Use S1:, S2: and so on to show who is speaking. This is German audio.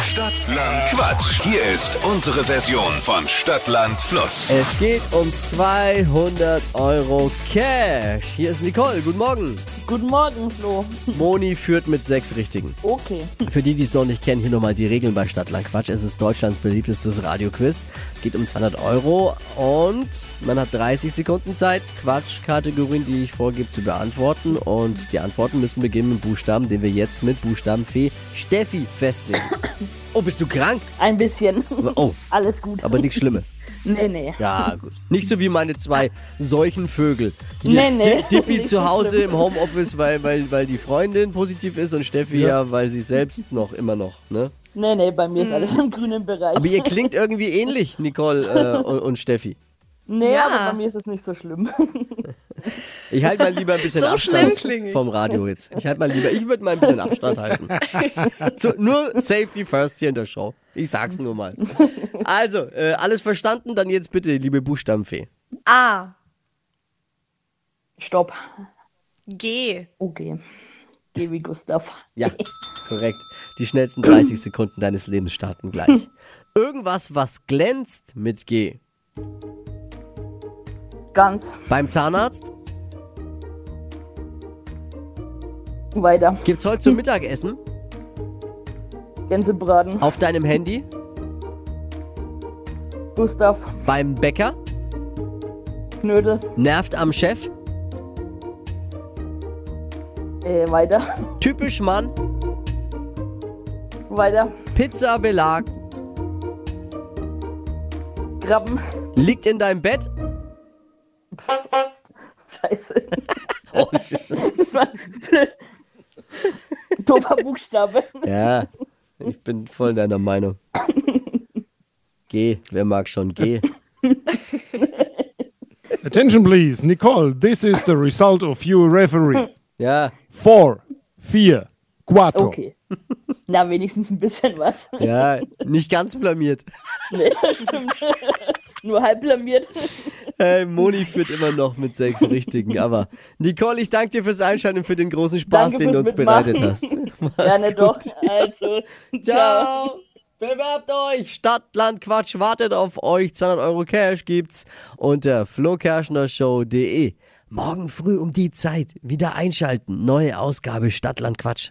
S1: Stadtland Quatsch. Hier ist unsere Version von Stadtland Fluss.
S2: Es geht um 200 Euro Cash. Hier ist Nicole. Guten Morgen.
S3: Guten Morgen, Flo.
S2: Moni führt mit sechs Richtigen.
S3: Okay.
S2: Für die, die es noch nicht kennen, hier nochmal die Regeln bei Stadtland Quatsch. Es ist Deutschlands beliebtestes Radioquiz. Geht um 200 Euro und man hat 30 Sekunden Zeit, Quatschkategorien, die ich vorgebe, zu beantworten. Und die Antworten müssen beginnen mit Buchstaben, den wir jetzt mit Buchstabenfee Steffi festlegen. Oh, bist du krank?
S3: Ein bisschen.
S2: Oh,
S3: Alles gut.
S2: aber nichts Schlimmes.
S3: nee, nee.
S2: Ja, gut. Nicht so wie meine zwei solchen Vögel.
S3: Nee, nee.
S2: Di- Dippi
S3: Nicht
S2: zu
S3: so
S2: Hause
S3: schlimm.
S2: im Homeoffice, weil, weil, weil die Freundin positiv ist und Steffi ja, weil sie selbst noch immer noch, ne?
S3: Nee, nee, bei mir ist alles im grünen Bereich.
S2: Aber ihr klingt irgendwie ähnlich, Nicole äh, und, und Steffi.
S3: nee,
S4: Ja.
S3: aber bei mir ist es nicht so schlimm.
S2: Ich halte mal lieber ein bisschen
S4: So schlimm
S2: Abstand
S4: kling ich.
S2: vom Radio jetzt. Ich halte mal lieber, ich würde mal ein bisschen Abstand halten. so, nur Safety First hier in der Show. Ich sag's nur mal. Also, äh, alles verstanden? Dann jetzt bitte, liebe Buchstabenfee.
S4: A.
S3: Stopp.
S4: G.
S3: Okay. Geh wie Gustav.
S2: Ja, korrekt. Die schnellsten 30 Sekunden deines Lebens starten gleich. Irgendwas, was glänzt mit G.
S3: Ganz
S2: Beim Zahnarzt
S3: weiter.
S2: gibt's heute zum Mittagessen.
S3: Gänsebraten.
S2: Auf deinem Handy,
S3: Gustav.
S2: beim Bäcker,
S3: Knödel.
S2: nervt am Chef,
S3: Äh, weiter.
S2: typisch Mann,
S3: Weiter.
S2: Pizzabelag,
S3: Krabben.
S2: liegt in deinem Bett.
S3: Scheiße.
S2: Oh,
S3: das war Dober Buchstabe.
S2: Ja, ich bin voll deiner Meinung. G, wer mag schon G?
S5: Attention, please. Nicole, this is the result of your referee.
S2: Ja,
S5: Four, vier, quattro.
S3: Okay. Na, wenigstens ein bisschen was.
S2: ja, nicht ganz blamiert.
S3: Nee, das stimmt. Nur halb blamiert.
S2: Hey, Moni führt immer noch mit sechs Richtigen, aber Nicole, ich danke dir fürs Einschalten und für den großen Spaß,
S3: Danke
S2: den du uns
S3: fürs Mitmachen.
S2: bereitet hast.
S3: Ja,
S2: Mach's
S3: ne,
S2: gut.
S3: doch. Also, ciao.
S2: Ciao. Bewerbt euch. Stadt, Land, Quatsch wartet auf euch. 200 Euro Cash gibt's unter flokerschnershow.de. Morgen früh um die Zeit wieder einschalten. Neue Ausgabe Stadt, Land, Quatsch.